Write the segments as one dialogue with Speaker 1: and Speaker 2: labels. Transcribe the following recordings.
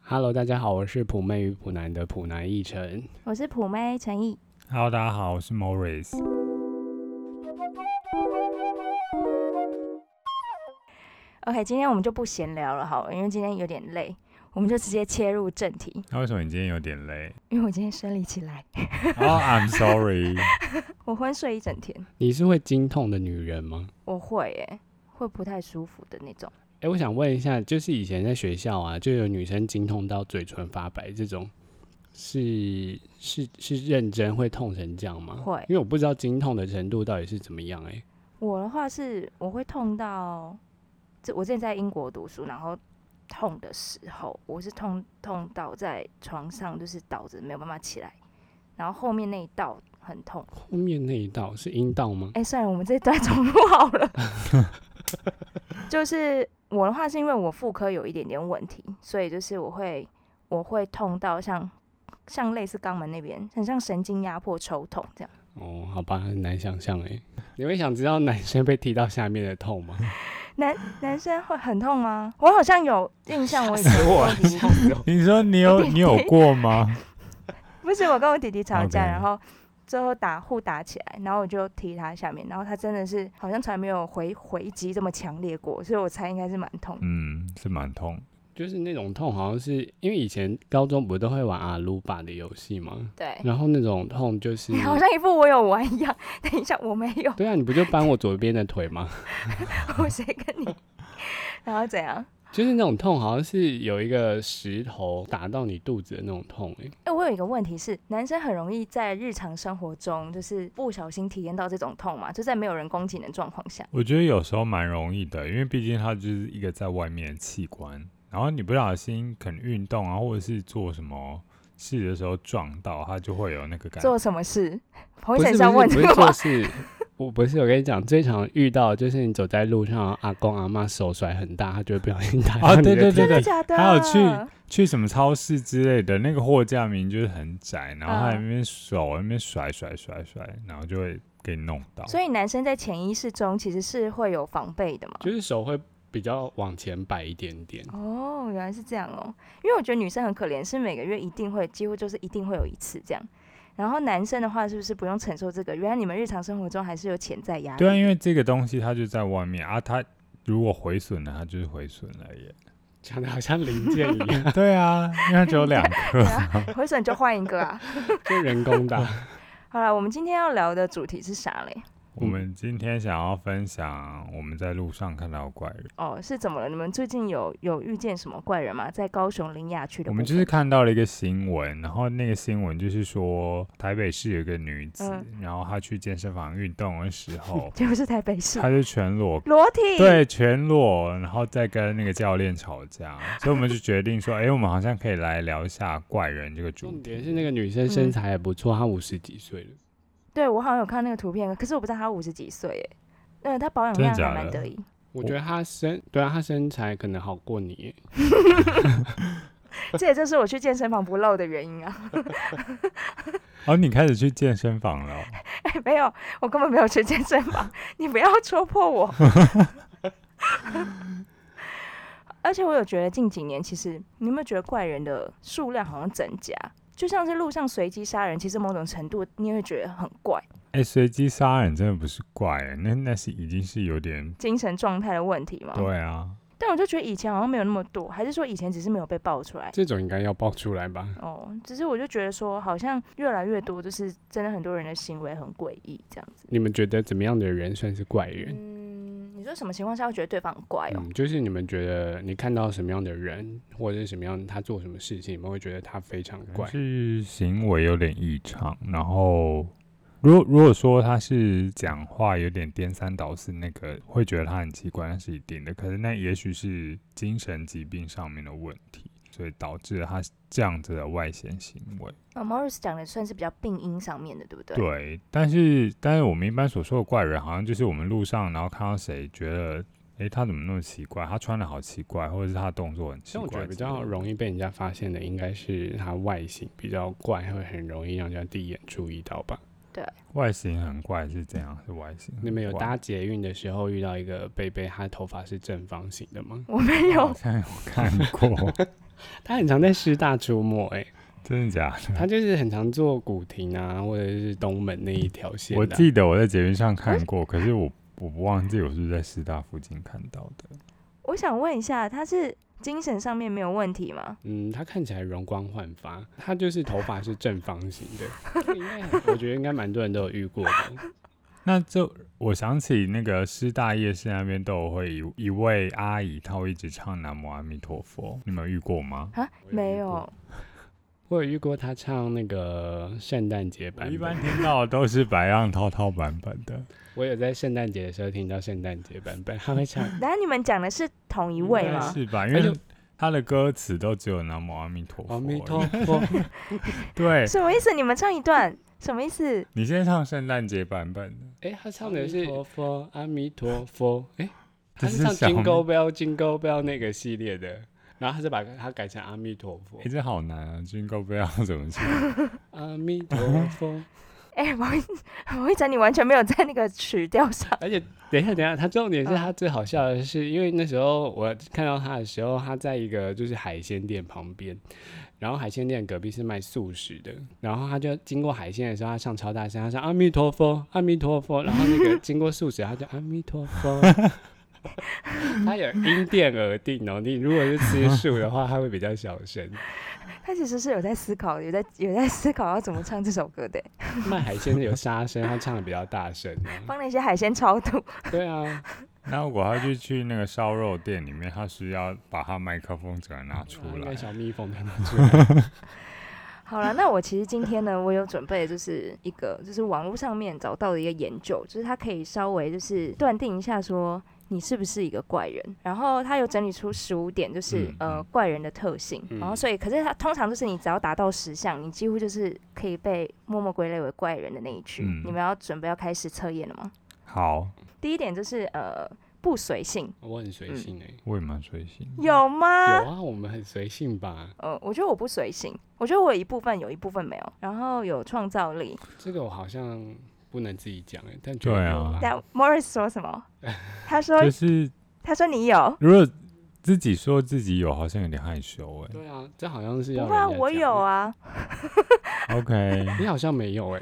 Speaker 1: Hello，大家好，我是普妹与普男的普男奕晨。
Speaker 2: 我是普妹陈毅。
Speaker 3: Hello，大家好，我是 Morris。
Speaker 2: OK，今天我们就不闲聊了，好了，因为今天有点累，我们就直接切入正题。
Speaker 3: 那为什么你今天有点累？
Speaker 2: 因为我今天生理期来，
Speaker 3: 哦、i m sorry。
Speaker 2: 我昏睡一整天，
Speaker 1: 你是会经痛的女人吗？
Speaker 2: 我会耶、会不太舒服的那种。
Speaker 1: 哎、我想问一下，就是以前在学校啊，就有女生经痛到嘴唇发白这种，是是是认真会痛成这样吗？
Speaker 2: 会
Speaker 1: 因为我不知道经痛的程度到底是怎么样、欸。哎，
Speaker 2: 我的话是，我会痛到，这我之前在英国读书，然后痛的时候，我是痛痛到在床上就是倒着没有办法起来，然后后面那一道很痛。
Speaker 1: 后面那一道是阴道吗？
Speaker 2: 哎、算了，我们这一段重录好了。 就是我的话，是因为我妇科有一点点问题，所以就是我会我会痛到像像类似肛门那边，很像神经压迫抽痛这样。
Speaker 1: 哦，好吧，很难想象哎、你会想知道男生被踢到下面的痛吗？
Speaker 2: 男男生会很痛吗？我好像有印象，我以前
Speaker 1: 吓死我
Speaker 2: 跟弟弟
Speaker 3: 你说你有你有过吗？
Speaker 2: 不是我跟我弟弟吵架，
Speaker 3: OK
Speaker 2: 然后最后打互打起来，然后我就踢他下面，然后他真的是好像从来没有回回击这么强烈过，所以我猜应该是蛮痛的。
Speaker 3: 嗯，是蛮痛。
Speaker 1: 就是那种痛，好像是因为以前高中不都会玩阿鲁巴的游戏吗？
Speaker 2: 对，
Speaker 1: 然后那种痛就是
Speaker 2: 你，哎好像一副我有玩一样。 等一下，我没有，
Speaker 1: 对啊，你不就扳我左边的腿吗？
Speaker 2: 我谁跟你？ 然后怎样？
Speaker 1: 就是那种痛，好像是有一个石头打到你肚子的那种痛、欸，
Speaker 2: 哎、我有一个问题是，男生很容易在日常生活中就是不小心体验到这种痛嘛？就在没有人攻击你的状况下，
Speaker 3: 我觉得有时候蛮容易的，因为毕竟它就是一个在外面的器官，然后你不小心可能运动啊，或者是做什么事的时候撞到，它就会有那个感觉。
Speaker 2: 做什么事？
Speaker 1: 不
Speaker 2: 彭
Speaker 1: 是
Speaker 2: 先
Speaker 1: 不
Speaker 2: 生问
Speaker 1: 是
Speaker 2: 这
Speaker 1: 不是
Speaker 2: 个
Speaker 1: 做
Speaker 2: 吗？
Speaker 1: 事，我不是我跟你讲，最常遇到的就是你走在路上，阿公阿妈手甩很大，他就会不小心打到
Speaker 3: 啊
Speaker 1: 你的
Speaker 3: 对对
Speaker 1: 屁
Speaker 2: 真
Speaker 3: 对
Speaker 2: 的
Speaker 3: 对
Speaker 2: 假的？
Speaker 3: 还有去去什么超市之类的，那个货架名就是很窄，然后它在那边手在那边甩甩甩甩，然后就会给你弄到。
Speaker 2: 所以男生在潜意识中其实是会有防备的嘛。
Speaker 1: 就是手会比较往前摆一点点。
Speaker 2: 哦，原来是这样哦。因为我觉得女生很可怜，是每个月一定会，几乎就是一定会有一次这样。然后男生的话，是不是不用承受这个？原来你们日常生活中还是有潜在压力。
Speaker 3: 对啊，因为这个东西它就在外面啊，它如果毁损了，它就是毁损了耶。
Speaker 1: 讲的好像零件一样，
Speaker 3: 对啊， 因为它只有两
Speaker 2: 对
Speaker 3: 个。
Speaker 2: 啊，回损就换一个啊。
Speaker 1: 就人工啊打。
Speaker 2: 好了，我们今天要聊的主题是啥嘞？
Speaker 3: 我们今天想要分享我们在路上看到的怪人，
Speaker 2: 哦，是怎么了？你们最近有有遇见什么怪人吗？在高雄林雅区的
Speaker 3: 我
Speaker 2: 部分，
Speaker 3: 们就是看到了一个新闻，然后那个新闻就是说台北市有一个女子，
Speaker 2: 嗯，
Speaker 3: 然后她去健身房运动的时候
Speaker 2: 就是台北市
Speaker 3: 她就全 裸。
Speaker 2: 裸体，，
Speaker 3: 对，全裸，然后再跟那个教练吵架，所以我们就决定说，哎、我们好像可以来聊一下怪人这个 主
Speaker 1: 重
Speaker 3: 题
Speaker 1: 点。是那个女生
Speaker 2: 嗯
Speaker 1: 身材还不错，她五十几岁了。
Speaker 2: 对我好像有看那个图片，可是我不知道他五十几岁耶。嗯，他保养
Speaker 3: 真的
Speaker 2: 量还
Speaker 3: 假
Speaker 2: 蛮
Speaker 3: 的
Speaker 2: 得意。
Speaker 1: 我觉得她身对啊，她身材可能好过你欸耶。
Speaker 2: 这也就是我去健身房不露的原因啊！
Speaker 3: 哦，你开始去健身房了哦、
Speaker 2: 哎没有，我根本没有去健身房，你不要戳破我。 而且我有觉得近几年，其实你有没有觉得怪人的数量好像增加？就像是路上随机杀人，其实某种程度你也会觉得很怪，
Speaker 3: 哎、随机杀人真的不是怪、欸那那是已经是有点
Speaker 2: 精神状态的问题嘛。。
Speaker 3: 对啊。
Speaker 2: 但我就觉得以前好像没有那么多，还是说以前只是没有被爆出来？
Speaker 1: 这种应该要爆出来吧？
Speaker 2: 哦，只是我就觉得说，好像越来越多，就是真的很多人的行为很诡异这样子。
Speaker 1: 你们觉得怎么样的人算是怪人？
Speaker 2: 嗯，你说什么情况下会觉得对方很怪哦？
Speaker 1: 嗯，就是你们觉得你看到什么样的人，或者是什么样他做什么事情，你们会觉得他非常怪。
Speaker 3: 是行为有点异常，然后如果如果说他是讲话有点颠三倒四，那个会觉得他很奇怪，那是一定的。可是那也许是精神疾病上面的问题，所以导致了他这样子的外显行为。
Speaker 2: 啊、m o r r i s 讲的算是比较病因上面的，对不对？。
Speaker 3: 对，但是但是我们一般所说的怪人，好像就是我们路上然后看到谁觉得。诶，他怎么那么奇怪？他穿的好奇怪，或者是他动作很奇
Speaker 1: 像
Speaker 3: 怪
Speaker 1: 我
Speaker 3: 之
Speaker 1: 觉
Speaker 3: 类
Speaker 1: 得
Speaker 3: 的。
Speaker 1: 比较容易被人家发现的，应该是他外形比较怪，会很容易让人家第一眼注意到吧。
Speaker 3: 外形很怪是怎样？是外形很嗯怪？
Speaker 1: 你们有 搭捷运的时候遇到一个贝贝，他头发是正方形的吗？
Speaker 2: 我没有
Speaker 3: 好，像有看过，
Speaker 1: 他很常在师大出没、欸，
Speaker 3: 真的假的？
Speaker 1: 他就是很常坐古亭啊，或者是东门那一条线、啊。
Speaker 3: 我记得我在捷运上看过，可是我我不忘记我是不是在师大附近看到的。
Speaker 2: 我想问一下，他是精神上面没有问题吗？
Speaker 1: 嗯，他看起来容光焕发，他就是头发是正方形的，应该我觉得应该蛮多人都有遇过的。
Speaker 3: 那就我想起那个师大夜市那边都有会一一位阿姨，她会一直唱南无阿弥陀佛，你们有遇过吗？
Speaker 2: 啊，没有，
Speaker 1: 我有遇过他唱那个圣诞节
Speaker 3: 我
Speaker 1: 版
Speaker 3: 一般
Speaker 1: 本，
Speaker 3: 听到的都是白杨涛涛版本的，
Speaker 1: 我有在圣诞节的时候听到圣诞节版本，他会 唱。
Speaker 2: 然后你们讲的是同一位
Speaker 3: 应该
Speaker 1: 啊
Speaker 2: 吗？
Speaker 3: 啊是吧？因
Speaker 1: 而且
Speaker 3: 为他的歌词都只有南无阿弥陀佛。
Speaker 1: 阿弥陀佛，
Speaker 3: 对，
Speaker 2: 什么意思？你们唱一段，什么意思？
Speaker 3: 你先唱圣诞节版本的，
Speaker 1: 哎、他唱的是陀佛，阿弥陀佛，哎、他
Speaker 3: 这
Speaker 1: 是
Speaker 3: 是
Speaker 1: 唱
Speaker 3: 小
Speaker 1: Jingle Bell Jingle Bell 那个系列的，然后他是把它改成阿弥陀佛
Speaker 3: 哎、，这好难啊！军购不要怎么唱？
Speaker 1: 阿弥陀佛。
Speaker 2: 哎、王一王一晨，你完全没有在那个曲调上。
Speaker 1: 而且等一下，等一下，他重点是
Speaker 2: 嗯
Speaker 1: 他最好笑的是，因为那时候我看到他的时候，他在一个就是海鲜店旁边，然后海鲜店隔壁是卖素食的，然后他就经过海鲜的时候，他唱超大声，他说阿弥陀佛，阿弥陀佛，然后那个经过素食，他就阿弥陀佛。他有因店而定哦，你如果是吃素的话，他会比较小声。
Speaker 2: 他其实是有在思考，有在有在思考要怎么唱这首歌的，
Speaker 1: 卖海鲜的有杀声，他唱的比较大声、啊。
Speaker 2: 帮那些海鲜超度。
Speaker 1: 对啊，
Speaker 3: 那如果他就去那个烧肉店里面，他需要把他麦克风整个拿出
Speaker 1: 那
Speaker 2: 嗯
Speaker 3: 来
Speaker 1: 个。小蜜蜂他拿出来。
Speaker 2: 好了，那我其实今天呢，我有准备就是一个就是网络上面找到的一个研究，就是它可以稍微就是断定一下说你是不是一个怪人，然后它有整理出十五点，就是、
Speaker 3: 嗯
Speaker 2: 呃
Speaker 3: 嗯
Speaker 2: 怪人的特性，
Speaker 1: 嗯
Speaker 2: 然后所以可是它通常就是你只要达到十项，你几乎就是可以被默默归类为怪人的那一区。
Speaker 3: 嗯
Speaker 2: 你们要准备要开始测验了吗？
Speaker 3: 好，
Speaker 2: 第一点就是呃不随性，
Speaker 1: 我很随
Speaker 2: 嗯
Speaker 1: 性哎、
Speaker 3: 我也蛮随性。
Speaker 2: 有吗？
Speaker 1: 有啊，我们很随性吧？
Speaker 2: 呃，我觉得我不随性，我觉得我有一部分有一部分没有，然后有创造力。
Speaker 1: 这个我好像不能自己讲哎、但觉得
Speaker 3: 对啊
Speaker 1: 有吧
Speaker 2: 但 Morris 说什么？他说
Speaker 3: 就是
Speaker 2: 他说你有，
Speaker 3: 如果自己说自己有，好像有点害羞哎、
Speaker 1: 对啊，这好像是要
Speaker 2: 不然
Speaker 1: 人家
Speaker 2: 我
Speaker 1: 讲
Speaker 2: 有，啊。
Speaker 3: OK，
Speaker 1: 你好像没有哎、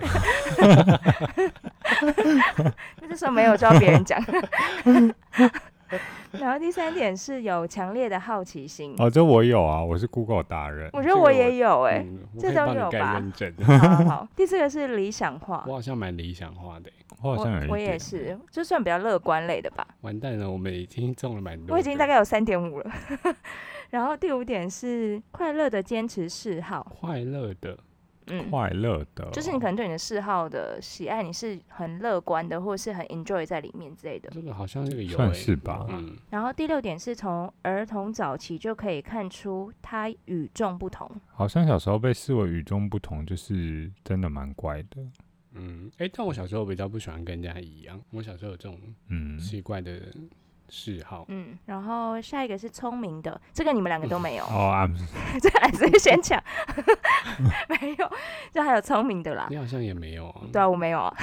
Speaker 2: 那这时候没有就要别人讲。 然后第三点是有强烈的好奇心，
Speaker 3: 哦，这我有啊，我是 Google 达人。
Speaker 2: 我觉
Speaker 1: 这
Speaker 2: 得
Speaker 1: 个
Speaker 2: 我
Speaker 1: 我
Speaker 2: 也有哎、
Speaker 1: 嗯，我
Speaker 2: 这
Speaker 1: 可以
Speaker 2: 都
Speaker 1: 帮
Speaker 2: 有
Speaker 1: 你
Speaker 2: 吧
Speaker 1: 盖认 证。
Speaker 2: 好 好好，第四个是理想化
Speaker 1: 我，好像蛮理想化的欸、
Speaker 3: 我好像有一
Speaker 2: 我也
Speaker 3: 点，
Speaker 2: 是，就算比较乐观类的吧。
Speaker 1: 完蛋了，我们已经中了蛮多个。
Speaker 2: 我已经大概有三点五了。 然后第五点是快乐的坚持嗜好，
Speaker 1: 快乐的，
Speaker 2: 嗯，
Speaker 3: 快乐的哦、
Speaker 2: 就是你可能对你的嗜好的喜爱，你是很乐观的，或者是很 enjoy 在里面之类的。
Speaker 1: 这个好像这个有、欸，
Speaker 3: 算是吧
Speaker 1: 嗯，
Speaker 2: 然后第六点是从儿童早期就可以看出他与众不同。
Speaker 3: 好像小时候被视为与众不同，就是真的蛮怪的。
Speaker 1: 嗯，哎、但我小时候比较不喜欢跟人家一样，我小时候有这种
Speaker 3: 嗯，
Speaker 1: 奇怪的嗜好。
Speaker 2: 嗯，然后下一个是聪明的，这个你们两个都没有，
Speaker 3: 哦，I'm
Speaker 2: 这还是先讲， 没有，这还有聪明的啦
Speaker 1: 你。好像也没有啊，
Speaker 2: 对啊，我没有 啊。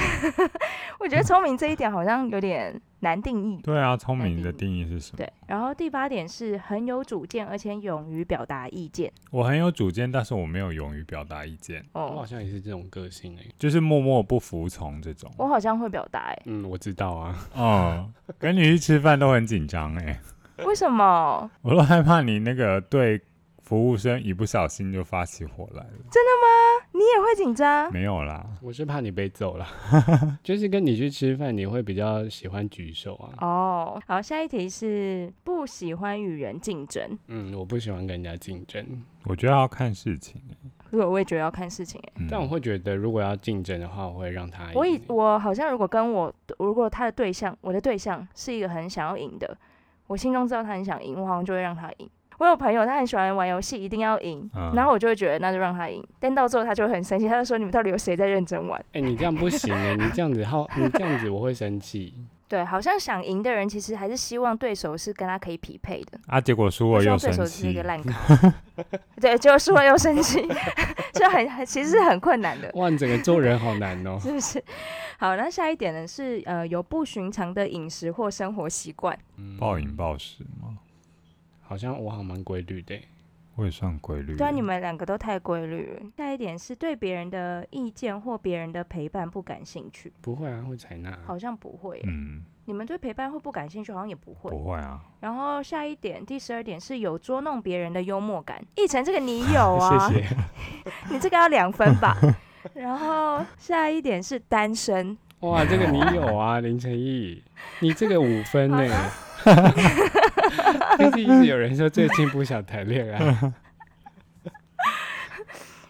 Speaker 2: 我觉得聪明这一点好像有点难定义。
Speaker 3: 对啊，聪明的定义是什么？
Speaker 2: 对，然后第八点是很有主见，而且勇于表达意见。
Speaker 3: 我很有主见，但是我没有勇于表达意见，
Speaker 1: 我好
Speaker 2: 哦，
Speaker 1: 像也是这种个性哎、
Speaker 3: 就是默默不服从这种。
Speaker 2: 我好像会表达、欸
Speaker 1: 嗯，我知道啊，
Speaker 3: 哦，跟你去吃饭都很紧张哎，
Speaker 2: 哎，为什么？
Speaker 3: 我都害怕你那个对服务生一不小心就发起火来了。
Speaker 2: 你也会紧张？
Speaker 3: 没有啦，
Speaker 1: 我是怕你被揍了，就是跟你去吃饭，你会比较喜欢举手啊。
Speaker 2: 哦，好，下一题是不喜欢与人竞争。
Speaker 1: 嗯，我不喜欢跟人家竞争，
Speaker 3: 我觉得要看事情欸。
Speaker 2: 对，我也觉得要看事情哎。
Speaker 3: 嗯
Speaker 1: 但我会觉得如果要竞争的话，我会让
Speaker 3: 哎
Speaker 1: 他赢。
Speaker 2: 我以我好像如果跟我如果他的对象，我的对象是一个很想要赢的，我心中知道他很想赢，我好像就会让他赢。我有朋友，他很喜欢玩游戏，一定要赢，
Speaker 3: 嗯
Speaker 2: 然后我就会觉得那就让他赢，但到最后他就会很生气，他就说你们到底有谁在认真玩？
Speaker 1: 哎、你这样不行哎、你这样子好，你这样子我会生 气。
Speaker 2: 对，好像想赢的人其实还是希望对手是跟他可以匹配的，
Speaker 3: 啊，结果输
Speaker 2: 不
Speaker 3: 了
Speaker 2: 希
Speaker 3: 又
Speaker 2: 望对
Speaker 3: 生
Speaker 2: 手是一
Speaker 3: 气
Speaker 2: 个，烂咖。 对，结果输了又生气， 就很很其实是很困难的。
Speaker 1: 哇，你整个做人好难哦、
Speaker 2: 是不是？好，那下一点呢是呃有不寻常的饮食或生活习惯，
Speaker 1: 嗯
Speaker 3: 暴饮暴食嘛。
Speaker 1: 好像我好像蛮规律的欸、
Speaker 3: 我也算规律了。
Speaker 1: 嗯
Speaker 2: 对啊，你们两个都太规律了。下一点是对别人的意见或别人的陪伴不感兴趣，
Speaker 1: 不会啊，会采纳啊。
Speaker 2: 好像不会耶。
Speaker 3: 嗯，
Speaker 2: 你们对陪伴会不感兴趣，好像也不会。
Speaker 3: 不会啊，
Speaker 2: 然后下一点，第十二点是有捉弄别人的幽默感。奕晨，这个你有 啊？
Speaker 1: 谢谢。
Speaker 2: 你这个要两分 吧。然后下一点是单身，
Speaker 1: 哇，这个你有啊，林晨毅，你这个五分呢、 就是一直有人说最近不想谈恋爱，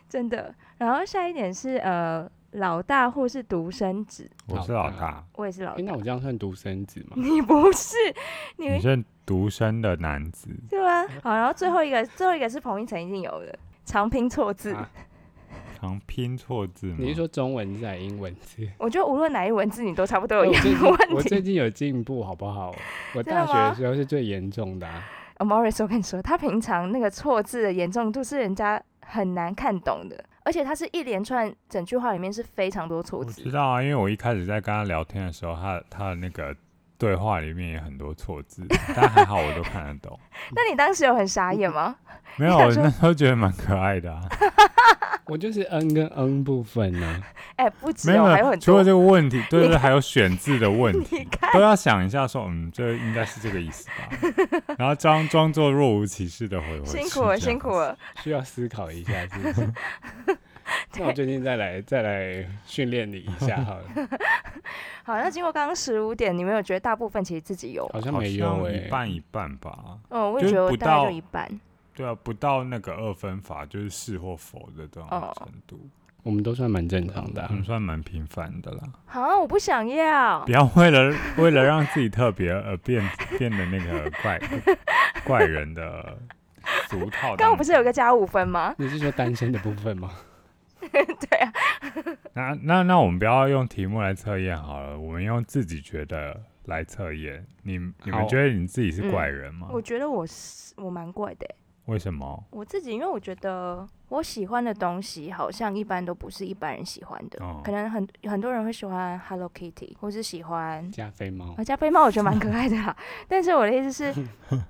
Speaker 2: 真的。然后下一点是呃老大或是独生子，
Speaker 3: 我是老大，
Speaker 2: 我也是老
Speaker 1: 哎、
Speaker 2: 大。
Speaker 1: 那我这样算独生子吗？
Speaker 2: 你不是你
Speaker 3: 你嗯是独生的男子，
Speaker 2: 对啊，好，然后最后一个，最后一个是彭昱晨一定有的，常拼错字。
Speaker 1: 啊
Speaker 3: 常拼错字吗？
Speaker 1: 你是说中文字还是英文字？
Speaker 2: 我觉得无论哪一文字，你都差不多
Speaker 1: 哎
Speaker 2: 有
Speaker 1: 我最近我
Speaker 2: 一 样的问
Speaker 1: 最
Speaker 2: 题。
Speaker 1: 近有进步，好不好？我
Speaker 2: 真
Speaker 1: 大
Speaker 2: 的
Speaker 1: 学的
Speaker 2: 吗
Speaker 1: 时候是最严重的、啊，
Speaker 2: 啊 Morris，我跟你说，他平常那个错字的严重度是人家很难看懂的，而且他是一连串整句话里面是非常多错
Speaker 3: 我
Speaker 2: 字
Speaker 3: 知。道啊，因为我一开始在跟他聊天的时候，他他的那个对话里面也很多错字，但还好我都看得懂。
Speaker 2: 那你当时有很傻眼 吗？
Speaker 3: 没有，
Speaker 2: 你想
Speaker 3: 我
Speaker 2: 说
Speaker 3: 那时候觉得蛮可爱的啊。
Speaker 1: 我就是 n 跟 n 部分呢、啊。
Speaker 2: 哎、不止
Speaker 3: 没有
Speaker 2: 哦，还
Speaker 3: 没
Speaker 2: 有
Speaker 3: 有，
Speaker 2: 很
Speaker 3: 除了
Speaker 2: 多。
Speaker 3: 这个问题，对
Speaker 2: 你
Speaker 3: 对，还有选字的问
Speaker 2: 你
Speaker 3: 题，
Speaker 2: 看，
Speaker 3: 都要想一下说，嗯，这应该是这个意思吧。然后装装作若无其事的回回去，
Speaker 2: 辛苦了，
Speaker 3: 这样
Speaker 2: 辛苦
Speaker 3: 子。
Speaker 2: 了。
Speaker 1: 需要思考一下，是不 是？那我最近再来再来训练你一下好 了，
Speaker 2: 好，那经过刚刚十五点，你们有觉得大部分其实自己有？
Speaker 1: 好像
Speaker 3: 好
Speaker 1: 没有
Speaker 3: 像
Speaker 1: 哎、
Speaker 3: 一半一半吧。
Speaker 2: 嗯，我也
Speaker 3: 就
Speaker 2: 觉得我
Speaker 3: 不
Speaker 2: 大概
Speaker 3: 到
Speaker 2: 就一半。
Speaker 3: 对啊，不到那个二分法，就是是或否的这种
Speaker 2: 哦
Speaker 3: 程度，
Speaker 1: 我们都算蛮正常的啊、
Speaker 3: 嗯，算蛮频繁的啦。
Speaker 2: 好，我不想要
Speaker 3: 不。要为了为了让自己特别而变变得那个怪怪人的俗套当中。
Speaker 2: 刚刚不是有个加五分吗？
Speaker 1: 你是说单身的部分吗？
Speaker 2: 对啊，
Speaker 3: 那那那我们不要用题目来测验好了，我们用自己觉得来测验。你你
Speaker 1: 好
Speaker 3: 们觉得你自己是怪人吗？
Speaker 2: 嗯我觉得我是我蛮怪的欸，
Speaker 3: 为什么？
Speaker 2: 我自己因为我觉得我喜欢的东西好像一般都不是一般人喜欢的，
Speaker 3: 哦
Speaker 2: 可能很很多人会喜欢 Hello Kitty，或是喜欢。
Speaker 1: 加菲猫
Speaker 2: 啊，加菲猫我觉得蛮可爱的啦，但是我的意思是，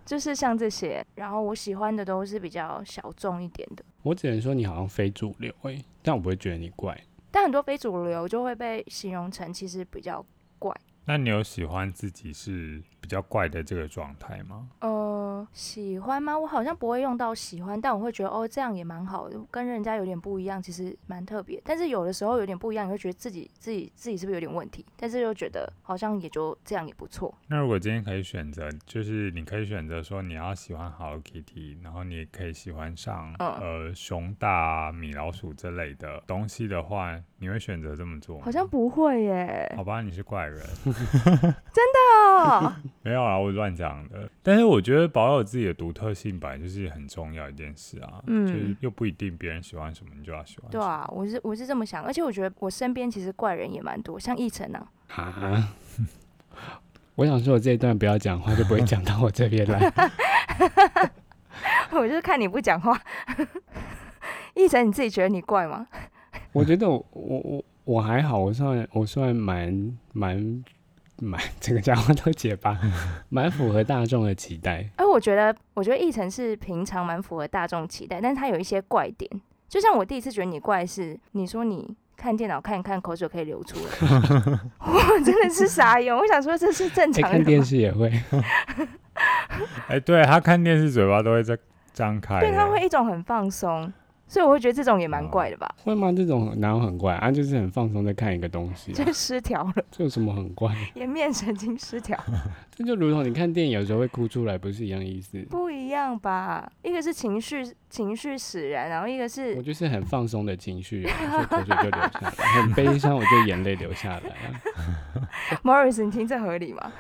Speaker 2: 就是像这些，然后我喜欢的都是比较小众一点的，
Speaker 1: 我只能说你好像非主流哎、但我不会觉得你 怪。
Speaker 2: 但很多非主流就会被形容成其实比较
Speaker 3: 那你有喜欢自己是比较怪的这个状态吗？
Speaker 2: 呃，喜欢吗？我好像不会用到喜欢，但我会觉得哦，这样也蛮好的，跟人家有点不一样，其实蛮特别。但是有的时候有点不一样，你会觉得自己自己自己是不是有点问题？但是又觉得好像也就这样也不错。
Speaker 3: 那如果今天可以选择，就是你可以选择说你要喜欢 Hello Kitty，然后你也可以喜欢上、
Speaker 2: 嗯
Speaker 3: 呃熊大啊、米老鼠这类的东西的话，你会选择这么做吗？
Speaker 2: 好像不会耶，
Speaker 3: 好吧，你是怪人。
Speaker 2: 哦，
Speaker 3: 没有啦，啊我乱讲的。但是我觉得保有自己的独特性，本来就是很重要一件事啊。
Speaker 2: 嗯
Speaker 3: 就是又不一定别人喜欢什么，你就要喜欢。
Speaker 2: 对，啊，我是我是这么想，而且我觉得我身边其实怪人也蛮多，像奕晨啊，
Speaker 1: 啊！ 我想说，我这一段不要讲话，就不会讲到我这边来。
Speaker 2: 我就是看你不讲话。 奕晨，你自己觉得你怪吗？
Speaker 1: 我觉得我我我我还好，我算我算蛮蛮蛮， 这个家伙都结巴，蛮符合大众的期待。
Speaker 2: 哎，我觉得，我觉得奕晨是平常蛮符合大众期待，但是他有一些怪点。就像我第一次觉得你怪是，你说你看电脑看一看，口水可以流出来， 我真的是傻眼。我想说这是正
Speaker 1: 哎、
Speaker 2: 常
Speaker 1: 看
Speaker 2: 的
Speaker 1: 电
Speaker 2: 吗？
Speaker 1: 视也会，
Speaker 3: 哎、对他看电视嘴巴都会在张开。
Speaker 2: 啊
Speaker 1: 哎
Speaker 2: 对，他会。一种很放松，所以我会觉得这种也蛮
Speaker 1: 哦
Speaker 2: 怪的吧，
Speaker 1: 会吗？这种哪有很怪啊？就是很放松在看一个东西、
Speaker 2: 就
Speaker 1: 啊
Speaker 2: 是，失调了，
Speaker 1: 这有什么很怪？
Speaker 2: 颜面神经失调，
Speaker 1: 这就如同你看电影有时候会哭出来，不是一样意思？
Speaker 2: 不一样吧？一个是情绪情绪使然，然后一个
Speaker 1: 我
Speaker 2: 是
Speaker 1: 就是很放松的情绪啊，所以口水就流下来，很悲伤我就眼泪流下来啊。
Speaker 2: Morris，你听这合 理吗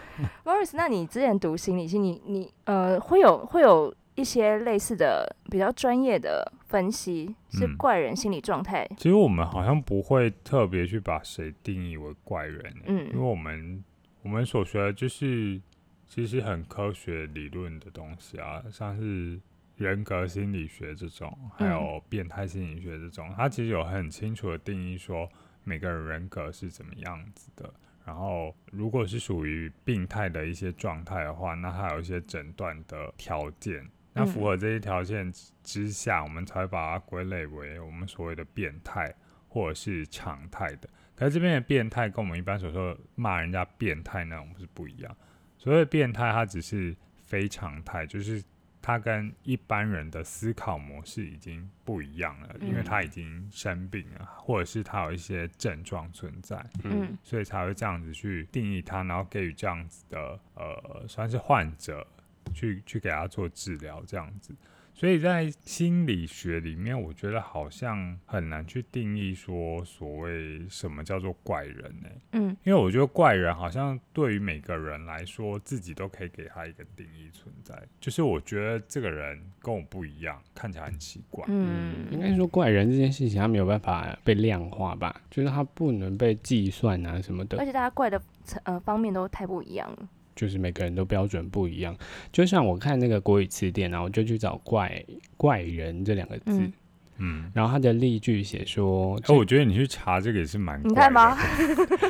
Speaker 2: ？Morris，那你之前读心理系，你你呃会有会有一些类似的比较专业的分析，是
Speaker 3: 嗯
Speaker 2: 怪人心理状态，
Speaker 3: 其实我们好像不会特别去把谁定义为怪人、欸，因为
Speaker 2: 嗯
Speaker 3: 我们我们所学的就是其实很科学理论的东西啊，像是人格心理学这种，还
Speaker 2: 嗯
Speaker 3: 有变态心理学这种，它其实有很清楚的定义说每个人人格是怎么样子的。然后，如果是属于病态的一些状态的话，那它有一些诊断的条件，那
Speaker 2: 嗯
Speaker 3: 符合这一条线之之下，我们才把它归类为我们所谓的变态或者是常态的。可是这边的变态跟我们一般所说的骂人家变态那种是不一样。所谓的变态，它只是非常态，就是它跟一般人的思考模式已经不一样了，因为
Speaker 2: 嗯
Speaker 3: 他已经生病了，或者是他有一些症状存在。
Speaker 1: 嗯
Speaker 2: 嗯
Speaker 3: 所以才会这样子去定义它，然后给予这样子的呃，算是患者去去给他做治疗这样子。所以在心理学里面，我觉得好像很难去定义说所谓什么叫做怪人呢、
Speaker 2: 嗯
Speaker 3: 因为我觉得怪人好像对于每个人来说，自己都可以给他一个定义存在，就是我觉得这个人跟我不一样，看起来很奇怪。
Speaker 1: 嗯，应
Speaker 2: 嗯
Speaker 1: 该说怪人这件事情，他没有办法被量化吧，就是他不能被计算啊什么的
Speaker 2: 而。且大家怪的层呃方面都太不一样了。
Speaker 1: 就是每个人都标准不一样。就像我看那个国语词典啊，我就去找怪“怪人”这两个字，
Speaker 2: 嗯
Speaker 3: 嗯，
Speaker 1: 然后它的例句写说，
Speaker 3: 哎、我觉得你去查这个也是蛮怪
Speaker 2: 你看吧
Speaker 3: 的，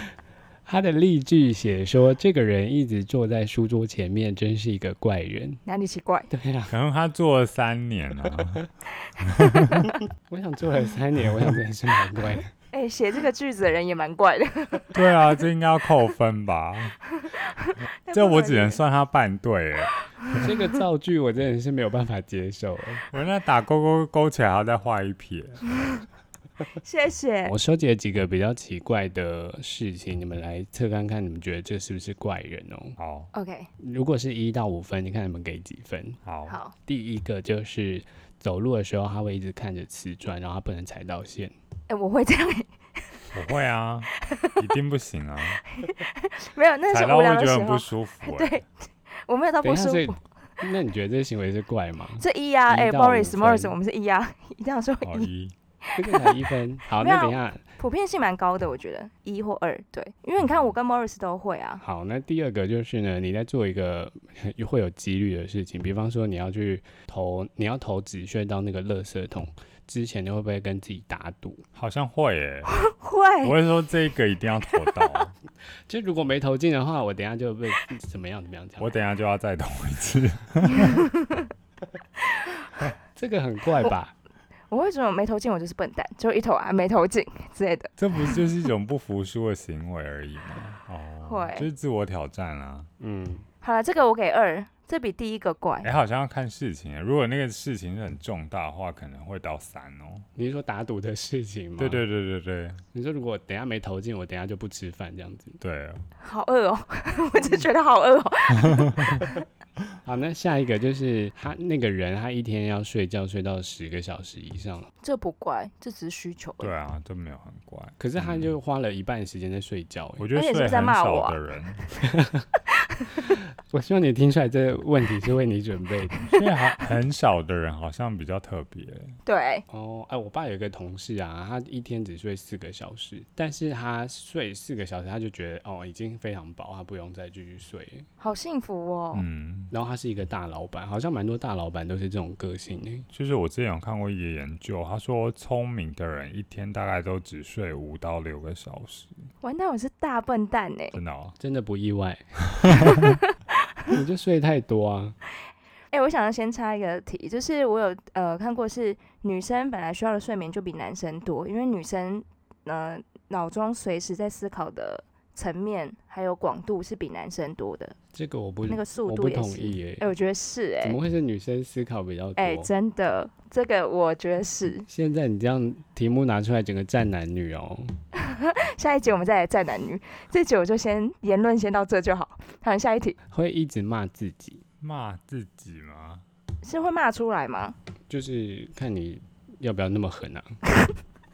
Speaker 1: 它的例句写说，这个人一直坐在书桌前面，真是一个怪人。
Speaker 2: 哪里奇怪？
Speaker 1: 对啊，
Speaker 3: 可能他做了三年啊了、
Speaker 1: 我想做了三年，我想真的是蛮怪的。
Speaker 2: 哎、写这个句子的人也蛮怪的。
Speaker 3: 对啊，这应该要扣 分吧？ 这我只能算他半 对、欸。
Speaker 1: 这个造句我真的是没有办法接受欸。
Speaker 3: 我那打勾勾勾起来，还要再画一撇。
Speaker 2: 谢谢。
Speaker 1: 我收集了几个比较奇怪的事情，你们来测看看，你们觉得这是不是怪人哦？
Speaker 3: 好
Speaker 2: OK，
Speaker 1: 如果是一到五分，你看你们给几分？
Speaker 3: 好，
Speaker 2: 好，
Speaker 1: 第一个就是走路的时候，他会一直看着瓷砖，然后他不能踩到线。
Speaker 2: 哎、我会这样，
Speaker 3: 我会啊，一定不行啊，
Speaker 2: 没有，那
Speaker 3: 踩
Speaker 2: 是
Speaker 3: 到
Speaker 2: 无
Speaker 3: 会
Speaker 2: 聊
Speaker 3: 觉
Speaker 2: 的
Speaker 3: 得
Speaker 2: 时
Speaker 3: 很不
Speaker 2: 候，
Speaker 3: 舒服、欸。
Speaker 2: 对，我没有到
Speaker 1: 等一
Speaker 2: 不
Speaker 1: 下，
Speaker 2: 舒
Speaker 1: 所以
Speaker 2: 服。
Speaker 1: 那你觉得这个行为是怪 吗？
Speaker 2: 这一呀、啊，哎、
Speaker 1: 一到
Speaker 2: m o r r i
Speaker 1: 五
Speaker 2: s m o r r i s
Speaker 1: 分
Speaker 2: 我们是一呀、啊， 一定要说
Speaker 3: 好
Speaker 2: 一，
Speaker 3: 一，
Speaker 1: 这个才一分。好，
Speaker 2: 没有
Speaker 1: 那等一下，
Speaker 2: 普遍性蛮高的，我觉得一或二，对，因为你
Speaker 3: 嗯
Speaker 2: 看我跟 Morris 都会啊，
Speaker 1: 好，那第二个就是呢，你在做一个 会有几率的事情，比方说你要去投，你要投纸屑到那个垃圾桶之前，你会不会跟自己打赌？
Speaker 3: 好像会诶、我
Speaker 2: 会，
Speaker 3: 会说这个一定要投到，
Speaker 1: 就如果没投进的话，我等一下就被怎么样怎么样讲。
Speaker 3: 我等一下就要再投一次。
Speaker 1: 这个很怪 吧？
Speaker 2: 我会觉得我没投进，我就是笨蛋，就一投啊没投进之类的，
Speaker 3: 这不就是一种不服输的行为而已吗？哦，
Speaker 2: 会
Speaker 3: 就是自我挑战啊。
Speaker 1: 嗯，
Speaker 2: 好了，这个我给二，这比第一个怪
Speaker 3: 哎、，好像要看事情欸，如果那个事情是很重大的话，可能会到三哦。
Speaker 1: 你是说打赌的事情吗？
Speaker 3: 对，对对对对
Speaker 1: 你说如果等一下没投进，我等一下就不吃饭这样子。
Speaker 3: 对，
Speaker 2: 好饿哦， 我就觉得好饿哦，
Speaker 3: 嗯
Speaker 1: 好，那下一个就是他那个人，他一天要睡觉睡到十个小时以上，
Speaker 2: 这不怪，这只是需求而已
Speaker 3: 对啊，这没有很怪。
Speaker 1: 可是他
Speaker 3: 嗯
Speaker 1: 就花了一半时间在睡觉、欸。
Speaker 3: 我觉
Speaker 2: 而
Speaker 3: 得
Speaker 2: 且
Speaker 3: 睡
Speaker 2: 是不是在
Speaker 3: 很
Speaker 2: 骂我
Speaker 3: 少
Speaker 2: 啊
Speaker 3: 的人，
Speaker 1: 我希望你听出来这个问题是为你准备的。
Speaker 3: 睡很很少的人好像比较特别。
Speaker 2: 对，
Speaker 1: 哦，哎，我爸有一个同事啊，他一天只睡四个小时，但是他睡四个小时，他就觉得哦已经非常饱，他不用再继续睡了。
Speaker 2: 好幸福哦，
Speaker 3: 嗯，
Speaker 1: 然后他是一个大老板，好像蛮多大老板都是这种个性、欸。
Speaker 3: 就是我之前有看过一个研究，他说聪明的人一天大概都只睡五到六个小时，
Speaker 2: 完蛋，我是大笨蛋哎，
Speaker 3: 真的哦。
Speaker 1: 真的不意 外。你就睡太多啊，
Speaker 2: 哎、我想要先插一个题，就是我有呃看过是女生本来需要的睡眠就比男生多，因为女生呃脑中随时在思考的层面还有广度是比男生多的，
Speaker 1: 这个我不
Speaker 2: 那个速
Speaker 1: 我
Speaker 2: 度
Speaker 1: 不
Speaker 2: 也
Speaker 1: 同
Speaker 2: 是。
Speaker 1: 意耶、欸
Speaker 2: 哎、我觉得是哎、
Speaker 1: 怎么会是女生思考比较多？
Speaker 2: 哎、真的，这个我觉 得是。
Speaker 1: 现在你这样题目拿出来，整个站男女哦。
Speaker 2: 下一集我们再来站男女，这集我就先言论先到这就好。好，下一题
Speaker 1: 会一直骂自己，
Speaker 3: 骂自己吗？
Speaker 2: 是会骂出来吗？
Speaker 1: 就是看你要不要那么狠 啊，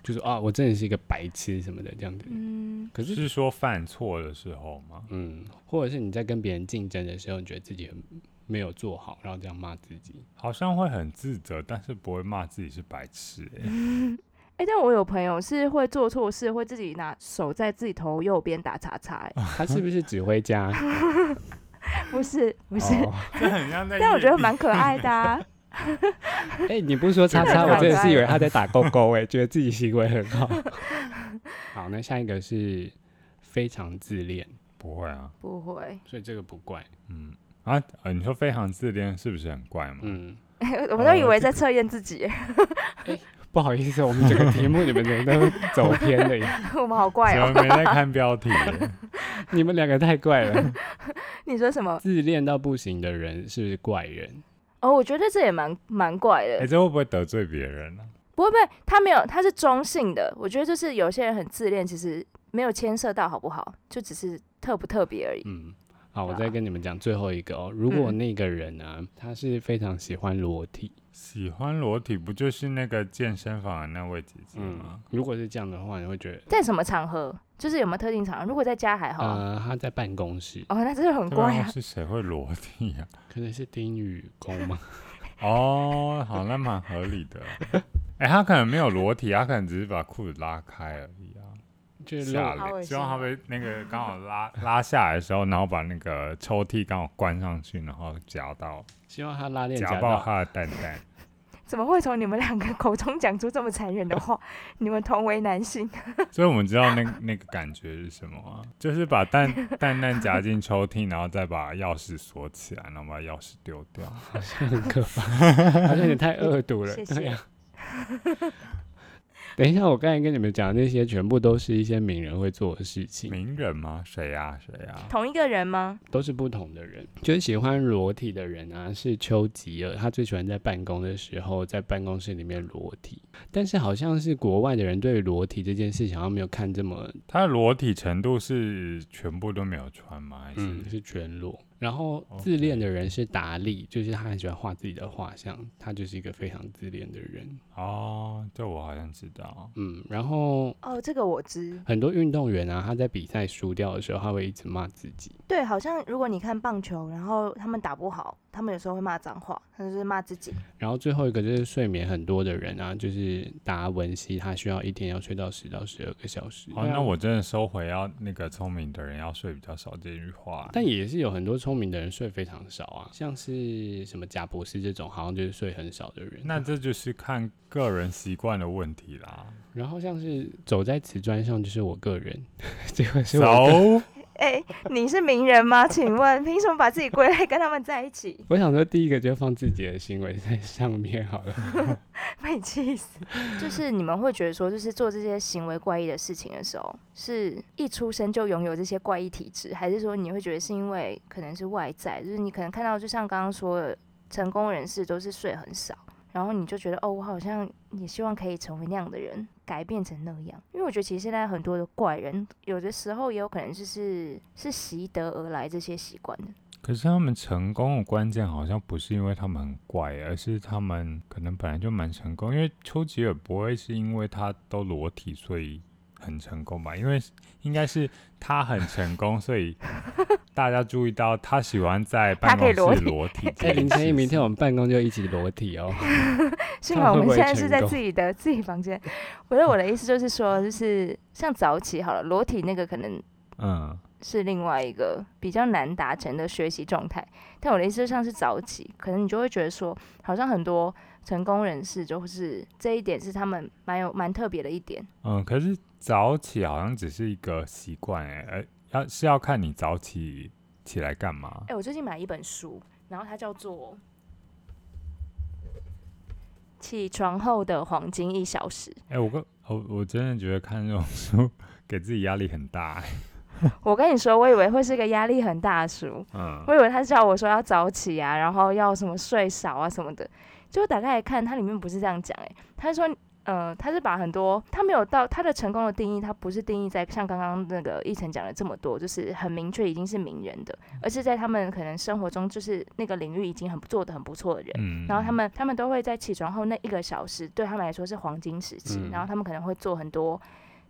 Speaker 1: 就是啊，我真的是一个白痴什么的这样子。
Speaker 2: 嗯，
Speaker 1: 可是，
Speaker 3: 是说犯错的时候吗？
Speaker 1: 嗯，或者是你在跟别人竞争的时候，你觉得自己很没有做好，然后这样骂自己。
Speaker 3: 好像会很自责，但是不会骂自己是白痴、欸。
Speaker 2: 哎、但我有朋友是会做错事，会自己拿手在自己头右边打叉叉、 哎，
Speaker 1: 他是不是指挥 家？
Speaker 2: 不是不
Speaker 1: 不
Speaker 2: 是，
Speaker 3: 这哦很像在夜店。
Speaker 2: 但我觉得蛮可爱的、啊。
Speaker 1: 哎、你不是说叉叉，
Speaker 2: 这个
Speaker 1: 我真的
Speaker 2: 很
Speaker 1: 是以
Speaker 2: 可
Speaker 1: 为他在打勾勾、哎，觉得自己行为很好。好，那下一个是非常自恋，
Speaker 3: 不会啊，
Speaker 2: 不会，
Speaker 1: 所以这个不怪。
Speaker 3: 嗯啊，呃，你说非常自恋是不是很怪嘛？
Speaker 1: 嗯，
Speaker 2: 我们都
Speaker 1: 哦
Speaker 2: 以为
Speaker 1: 这
Speaker 2: 在测验自己，
Speaker 1: 不好意思，我们整个题目你们怎么都走偏了 呀？
Speaker 2: 我们好怪
Speaker 3: 怎
Speaker 2: 哦、
Speaker 3: 么没在看标题？
Speaker 1: 你们两个太怪了。
Speaker 2: 你说什么？
Speaker 1: 自恋到不行的人是不是怪人？
Speaker 2: 哦，我觉得这也蛮蛮怪的
Speaker 3: 哎、。这会不会得罪别人呢、
Speaker 2: 不会不会，他没有，他是中性的。我觉得就是有些人很自恋，其实没有牵涉到好不好，就只是特不特别而已。
Speaker 1: 嗯，好，我
Speaker 2: 对啊
Speaker 1: 再跟你们讲最后一个哦。如果那个人呢、他是非常喜欢裸体，
Speaker 3: 喜欢裸体不就是那个健身房的那位姐姐
Speaker 1: 嗯
Speaker 3: 吗？，
Speaker 1: 如果是这样的话，你会觉得，
Speaker 2: 在什么场合？就是有没有特定场合？如果在家还好啊、
Speaker 1: 呃，他在办公室，
Speaker 2: 哦，那真的很
Speaker 3: 这
Speaker 2: 怪
Speaker 3: 办公
Speaker 2: 啊。
Speaker 3: 室谁会裸体啊呀、
Speaker 1: 可能是丁宇公 吗？
Speaker 3: 哦，好，那蛮合理的。 哎、他可能没有裸体，他可能只是把裤子拉开而已啊，
Speaker 1: 就是
Speaker 3: 下
Speaker 1: 裸
Speaker 2: 好恶
Speaker 3: 来，
Speaker 2: 心
Speaker 3: 希望他被那个刚好拉拉下来的时候，然后把那个抽屉刚好关上去，然后夹到
Speaker 1: 希望他拉链
Speaker 3: 夹
Speaker 1: 夹
Speaker 3: 爆
Speaker 1: 到，
Speaker 3: 他的蛋蛋。
Speaker 2: 怎么会从你们两个口中讲出这么残忍的话？ 你们同为男性，
Speaker 3: 所以我们知道那 那个感觉是什么啊？就是把蛋 蛋蛋夹进抽屉，然后再把钥匙锁起来，然后把钥匙丢 掉。
Speaker 1: 很可 怕，好像有点太恶毒了。
Speaker 2: 谢
Speaker 1: 对
Speaker 2: 谢
Speaker 1: 呀。等一下，我刚才跟你们讲的那些，全部都是一些名人会做的事情。
Speaker 3: 名人吗？谁呀、谁啊呀、
Speaker 2: 同一个人吗？
Speaker 1: 都是不同的人。就是喜欢裸体的人啊，是丘吉尔，他最喜欢在办公的时候在办公室里面裸体。但是好像是国外的人对于裸体这件事情，好像没有看这么，
Speaker 3: 他的裸体程度是全部都没有穿吗？还是、
Speaker 1: 嗯，是全裸。然后
Speaker 3: OK
Speaker 1: 自恋的人是达利，就是他很喜欢画自己的画像，他就是一个非常自恋的人。
Speaker 3: 哦，这我好像知道。
Speaker 1: 嗯，然后
Speaker 2: 哦，这个我知。
Speaker 1: 很多运动员啊，他在比赛输掉的时候，他会一直骂自己。
Speaker 2: 对，好像如果你看棒球，然后他们打不好，他们有时候会骂脏话，他就是骂自己。
Speaker 1: 然后最后一个就是睡眠很多的人啊，就是达文西，他需要一天要睡到十到十二个小时。
Speaker 3: 哦，那我真的收回要那个聪明的人要睡比较少这句话。
Speaker 1: 但也是有很多聪明的人睡非常少啊，像是什么贾博士这种，好像就是睡很少的人。
Speaker 3: 那这就是看个人习惯的问题啦。
Speaker 1: 然后像是走在瓷砖上，就是我个人， 这个是我个。
Speaker 3: 走，
Speaker 2: 哎，你是名人吗？请问凭什么把自己归类跟他们在一起？
Speaker 1: 我想说，第一个就放自己的行为在上面好了。
Speaker 2: 被气死！ 就是你们会觉得说，就是做这些行为怪异的事情的时候，是一出生就拥有这些怪异体质，还是说你会觉得是因为可能是外在，就是你可能看到，就像刚刚说的，成功人士都是睡很少，然后你就觉得哦，我好像也希望可以成为那样的人，改变成那样。因为我觉得其实现在很多的怪人，有的时候也有可能就是是习得而来这些习惯的。
Speaker 3: 可是他们成功的关键好像不是因为他们很怪，而是他们可能本来就蛮成功。因为丘吉尔不会是因为他都裸体所以很成功吧？因为应该是他很成功，所以大家注意到他喜欢在办
Speaker 2: 他可以裸
Speaker 3: 公室
Speaker 2: 体
Speaker 3: 裸体这
Speaker 1: 哎，
Speaker 3: 件
Speaker 1: 林
Speaker 3: 事情。
Speaker 1: 千一，明天我们办公就一起裸体哦。
Speaker 2: 幸
Speaker 1: 看
Speaker 2: 好
Speaker 1: 会
Speaker 2: 我们
Speaker 1: 不会
Speaker 2: 现在是
Speaker 1: 成
Speaker 2: 在
Speaker 1: 功
Speaker 2: 自己的自己房间。我的我的意思就是说，就是像早起好了，裸体那个可能
Speaker 3: 嗯，
Speaker 2: 是另外一个比较难达成的学习状态。但我的意思就像是早起，可能你就会觉得说，好像很多成功人士就是这一点是他们蛮有蛮特别的一点。
Speaker 3: 嗯，可是早起好像只是一个习惯哎，而要是要看你早起起来干嘛
Speaker 2: 哎、。我最近买了一本书，然后它叫做《起床后的黄金一小时》。
Speaker 3: 哎、我跟我我真的觉得看这种书 给自己压力很大哎。
Speaker 2: 我跟你说，我以为会是个压力很大的书，
Speaker 3: 嗯，
Speaker 2: 我以为他是叫我说要早起啊，然后要什么睡少啊什么的。结果打开来看，它里面不是这样讲诶、欸他是说，呃，他是把很多他没有到他的成功的定义，他不是定义在像刚刚那个一晨讲的这么多，就是很明确已经是名人的，而是在他们可能生活中就是那个领域已经很做的很不错的人。
Speaker 3: 嗯
Speaker 2: 然后他们他们都会在起床后那一个小时，对他们来说是黄金时期。
Speaker 1: 嗯
Speaker 2: 然后他们可能会做很多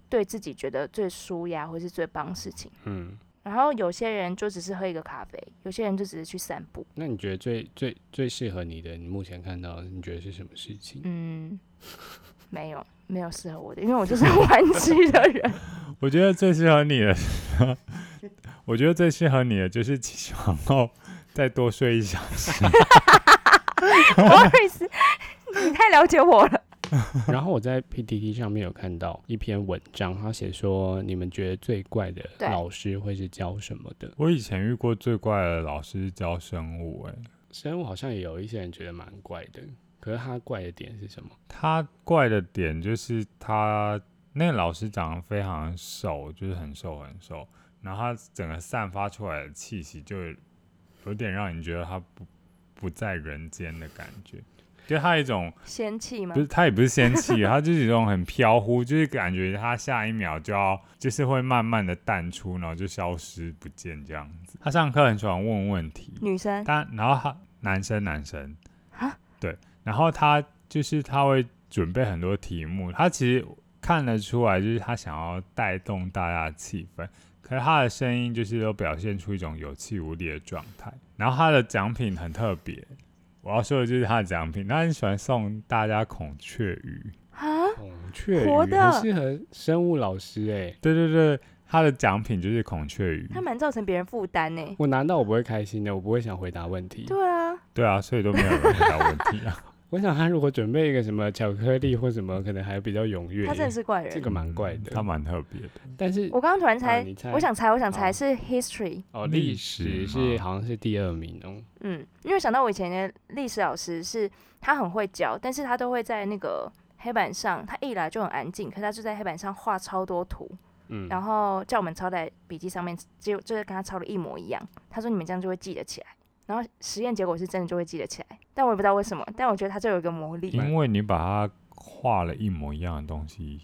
Speaker 2: 对自己觉得最舒压或是最棒的事情。
Speaker 1: 嗯，
Speaker 2: 然后有些人就只是喝一个咖啡，有些人就只是去散步。
Speaker 1: 那你觉得最最最适合你的，你目前看到的，你觉得是什么事情？
Speaker 2: 嗯，没有没有适合我的，因为 我就是玩具的人。
Speaker 3: 我觉得最适合你的 是，我觉得最适合你的就是起床后再多睡一小时。
Speaker 2: 不好意思，你太了解我了。
Speaker 1: 然后我在 PTT 上面有看到一篇文章，他写说你们觉得最怪的
Speaker 2: 对
Speaker 1: 老师会是教什么的？
Speaker 3: 我以前遇过最怪的老师是教生物、欸，哎，
Speaker 1: 生物好像也有一些人觉得蛮怪的，可是他怪的点是什么？
Speaker 3: 他怪的点就是他那个老师长得非常瘦，就是很瘦很瘦，然后他整个散发出来的气息就有点让你觉得他不不在人间的感觉，就他有一种
Speaker 2: 仙气吗
Speaker 3: 不？是他也不是仙气，他就是一种很飘忽，就是感觉他下一秒就要 就是会慢慢的淡出，然后就消失不见这样子。他上课很喜欢问问题，
Speaker 2: 女
Speaker 1: 嗯
Speaker 2: 生
Speaker 3: 但然后他男生男生
Speaker 2: 啊，
Speaker 3: 对，然后他就是他会准备很多题目，他其实看得出来，就是他想要带动大家的气氛，可是他的声音就是都表现出一种有气无力的状态。然后他的奖品很特别，我要说的就是他的奖品，他很喜欢送大家孔雀鱼，
Speaker 2: 啊，
Speaker 1: 孔哦雀鱼
Speaker 2: 活的
Speaker 1: 很适合生物老师哎、
Speaker 3: 对对对，他的奖品就是孔雀鱼，
Speaker 2: 他蛮造成别人负担呢。
Speaker 1: 我拿到我不会开心的，我不会想回答问题。
Speaker 2: 对啊，
Speaker 3: 对啊，所以都没有人回答问题啊。
Speaker 1: 我想他如果准备一个什么巧克力或什么，可能还比较踊跃。欸
Speaker 2: 他真的是怪
Speaker 1: 这
Speaker 2: 人
Speaker 1: 个。蛮怪的
Speaker 3: 嗯他蛮特别的。
Speaker 1: 但是
Speaker 2: 我刚刚突然
Speaker 1: 啊
Speaker 2: 猜
Speaker 1: 你，猜
Speaker 2: 我想猜，我想
Speaker 1: 好
Speaker 2: 猜是 history，
Speaker 1: 哦，
Speaker 3: 历
Speaker 1: 历史
Speaker 3: 史
Speaker 1: 是
Speaker 3: 吗
Speaker 1: 好像是第二名哦。
Speaker 2: 嗯，因为想到我以前的历史老师是，他很会教，但是他都会在那个黑板上，他一来就很安静，可他就在黑板上画超多图，
Speaker 1: 嗯，
Speaker 2: 然后叫我们抄在笔记上面，就就是跟他抄的一模一样。他说你们这样就会记得起来，然后实验结果是真的就会记得起来，但我也不知道为什么，但我觉得他就有一个魔力，
Speaker 3: 因为你把它画了一模一样的东西，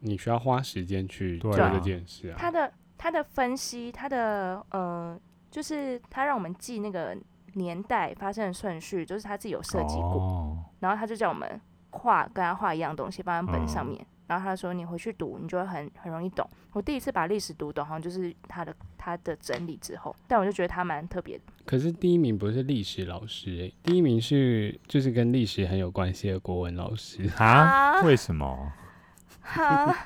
Speaker 1: 你需要花时间去做
Speaker 3: 对
Speaker 2: 啊
Speaker 1: 这件事啊。
Speaker 2: 他的他的分析，他的呃，就是他让我们记那个年代发生的顺序，就是他自己有设计过。
Speaker 3: 哦，
Speaker 2: 然后他就叫我们画，跟他画一样东西，放在本上
Speaker 3: 嗯
Speaker 2: 面。然后他说你回去读，你就会很很容易懂。我第一次把历史读懂，好像就是他的他的整理之后，但我就觉得他蛮特别的。
Speaker 1: 可是第一名不是历史老师、欸，第一名是就是跟历史很有关系的国文老师。
Speaker 3: 啊？
Speaker 2: 啊
Speaker 3: 为什么？
Speaker 2: 哈，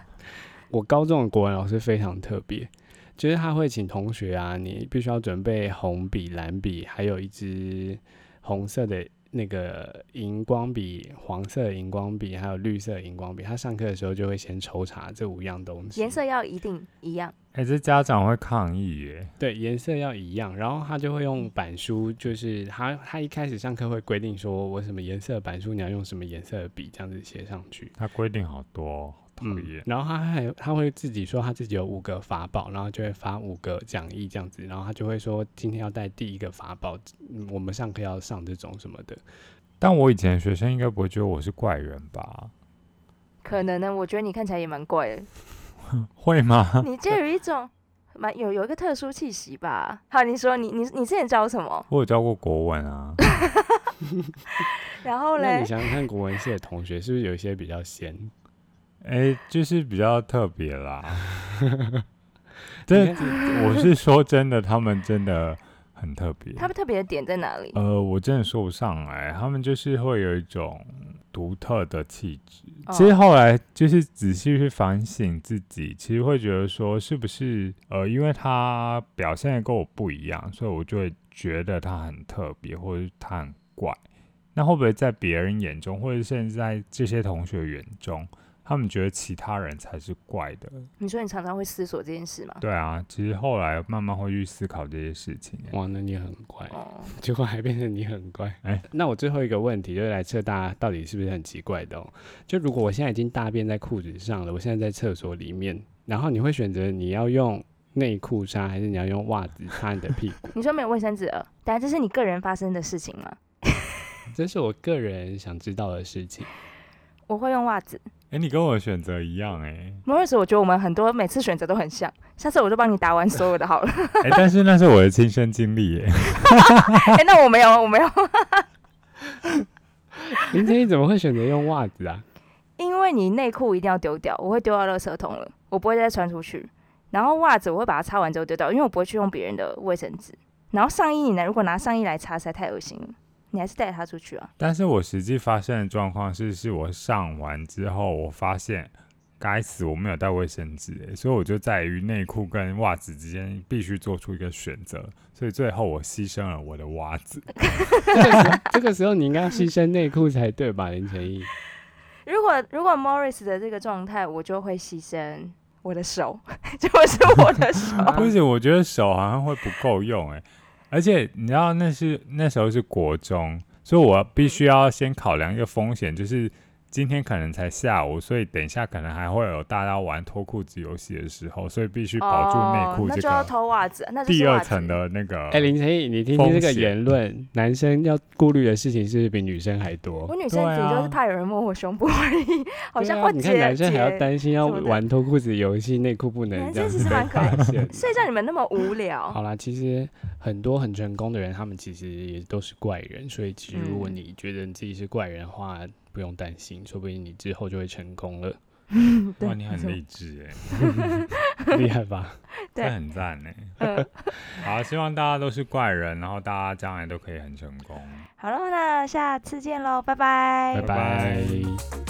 Speaker 1: 我高中的国文老师非常特别，就是他会请同学啊，你必须要准备红笔、蓝笔，还有一支红色的那个荧光笔、黄色的荧光笔，还有绿色的荧光笔。他上课的时候就会先抽查这五样东西，
Speaker 2: 颜色要一定一样，
Speaker 3: 哎、这家长会抗议耶！
Speaker 1: 对，颜色要一样，然后他就会用板书，就是他他一开始上课会规定说，我什么颜色的板书，你要用什么颜色的笔，这样子写上去。
Speaker 3: 他规定好多哦，好讨厌。
Speaker 1: 嗯然后他还他会自己说他自己有五个法宝，然后就会发五个讲义这样子，然后他就会说今天要带第一个法宝，嗯我们上课要上这种什么的。
Speaker 3: 但我以前的学生应该不会觉得我是怪人吧？
Speaker 2: 可能呢，我觉得你看起来也蛮 怪的，
Speaker 3: 会
Speaker 1: 啊
Speaker 3: 吗？
Speaker 2: 你就有一种蛮有有一个特殊气息吧。好，你说你你你之前教什么？
Speaker 3: 我有教过国文啊，
Speaker 2: 然后
Speaker 1: 那
Speaker 2: 嘞
Speaker 1: 你，想想看，国文系的同学是不是有一些比较闲？
Speaker 3: 哎、就是比较特 别啦。
Speaker 1: 你
Speaker 3: 这
Speaker 1: 看这
Speaker 3: 我是说真的，他们真的很特别。
Speaker 2: 他们特别的点在哪里？
Speaker 1: 啊
Speaker 3: 呃，我真的说不上来，他们就是会有一种独特的气质。
Speaker 2: 哦
Speaker 3: 其实后来就是仔细去反省自己，其实会觉得说，是不是呃，因为他表现的跟我不一样，所以我就会觉得他很特别，或者是他很怪。那会不会在别人眼中，或者甚至在这些同学眼中，他们觉得其他人才是怪的？
Speaker 2: 你说你常常会思索这件事吗？
Speaker 3: 对啊，其实后来慢慢会去思考这些事情、欸
Speaker 1: 哇，那你很乖。
Speaker 2: 哦，
Speaker 1: 结果还变成你很乖。
Speaker 3: 哎
Speaker 1: 那我最后一个问题就是来测大家到底是不是很奇怪的哦。就如果我现在已经大便在裤子上了，我现在在厕所里面，然后你会选择你要用内裤擦，还是你要用袜子擦你的屁股？
Speaker 2: 你说没有卫生纸了？等下这是你个人发生的事情吗？
Speaker 1: 这是我个人想知道的事情。
Speaker 2: 我会用袜子。
Speaker 3: 哎、你跟我的选择一样哎、
Speaker 2: 摩尔斯，我觉得我们很多每次选择都很像，下次我就帮你答完所有的 好了。
Speaker 3: 哎、但是那是我的亲身经历耶。
Speaker 2: 哎、那我没有，我没有，
Speaker 1: 林天一怎么会选择用袜子啊？
Speaker 2: 因为你内裤一定要丢掉，我会丢到垃圾桶了，我不会再穿出去。然后袜子我会把它擦完之后丢掉，因为我不会去用别人的卫生纸。然后上衣你呢？如果拿上衣来擦，实在太恶心了。你还是带着它出去啊？
Speaker 3: 但是我实际发生的状况是，是我上完之后，我发现，该死，我没有带卫生纸耶，所以我就在于内裤跟袜子之间必须做出一个选择，所以最后我牺牲了我的袜子。
Speaker 1: 这个时候这个时候你应该要牺牲内裤才对吧，林天一？
Speaker 2: 如果如果 Morris 的这个状态，我就会牺牲 我的手，就是我的手。
Speaker 3: 啊不行，我觉得手好像会不够用哎。而且你知道那是那时候是国中，所以我必须要先考量一个风险，就是今天可能才下午，所以等一下可能还会有大家玩脱裤子游戏的时候，所以必须保住内
Speaker 2: 哦
Speaker 3: 裤
Speaker 2: 那
Speaker 3: 这
Speaker 2: 就要
Speaker 3: 个
Speaker 2: 偷袜子，那就是
Speaker 3: 第二
Speaker 2: 袜子
Speaker 3: 层。的那个。
Speaker 1: 哎、林晨毅，你听听这
Speaker 3: 风
Speaker 1: 个
Speaker 3: 险
Speaker 1: 言论，男生要顾虑的事情是不是比女生还多
Speaker 2: 我？女生
Speaker 3: 对
Speaker 2: 顶多
Speaker 3: 啊
Speaker 2: 是怕有人摸我胸部 而已，好像
Speaker 1: 哦对啊，
Speaker 2: 会
Speaker 1: 你看
Speaker 2: 姐
Speaker 1: 男生还要
Speaker 2: 姐。
Speaker 1: 担心要
Speaker 2: 什么的
Speaker 1: 玩脱裤子游戏，内裤不能
Speaker 2: 男
Speaker 1: 这样
Speaker 2: 生
Speaker 1: 子
Speaker 2: 其
Speaker 1: 被
Speaker 2: 实蛮可爱
Speaker 1: 发现。
Speaker 2: 睡觉你们那么无聊，
Speaker 1: 好啦，其实很多很成功的人，他们其实也都是怪人，所以其实如果
Speaker 2: 嗯
Speaker 1: 你觉得你自己是怪人的话，不用担心，说不定你之后就会成功了，
Speaker 3: 哇，
Speaker 2: 对
Speaker 3: 你
Speaker 2: 没
Speaker 3: 很
Speaker 2: 错
Speaker 3: 励志哎、
Speaker 1: 厉害吧？
Speaker 2: 对
Speaker 3: 这很赞哎、
Speaker 2: 嗯，
Speaker 3: 好，希望大家都是怪人，然后大家将来都可以很成功。
Speaker 2: 好了，那下次见喽，拜
Speaker 1: 拜
Speaker 2: 拜
Speaker 3: 拜
Speaker 1: 拜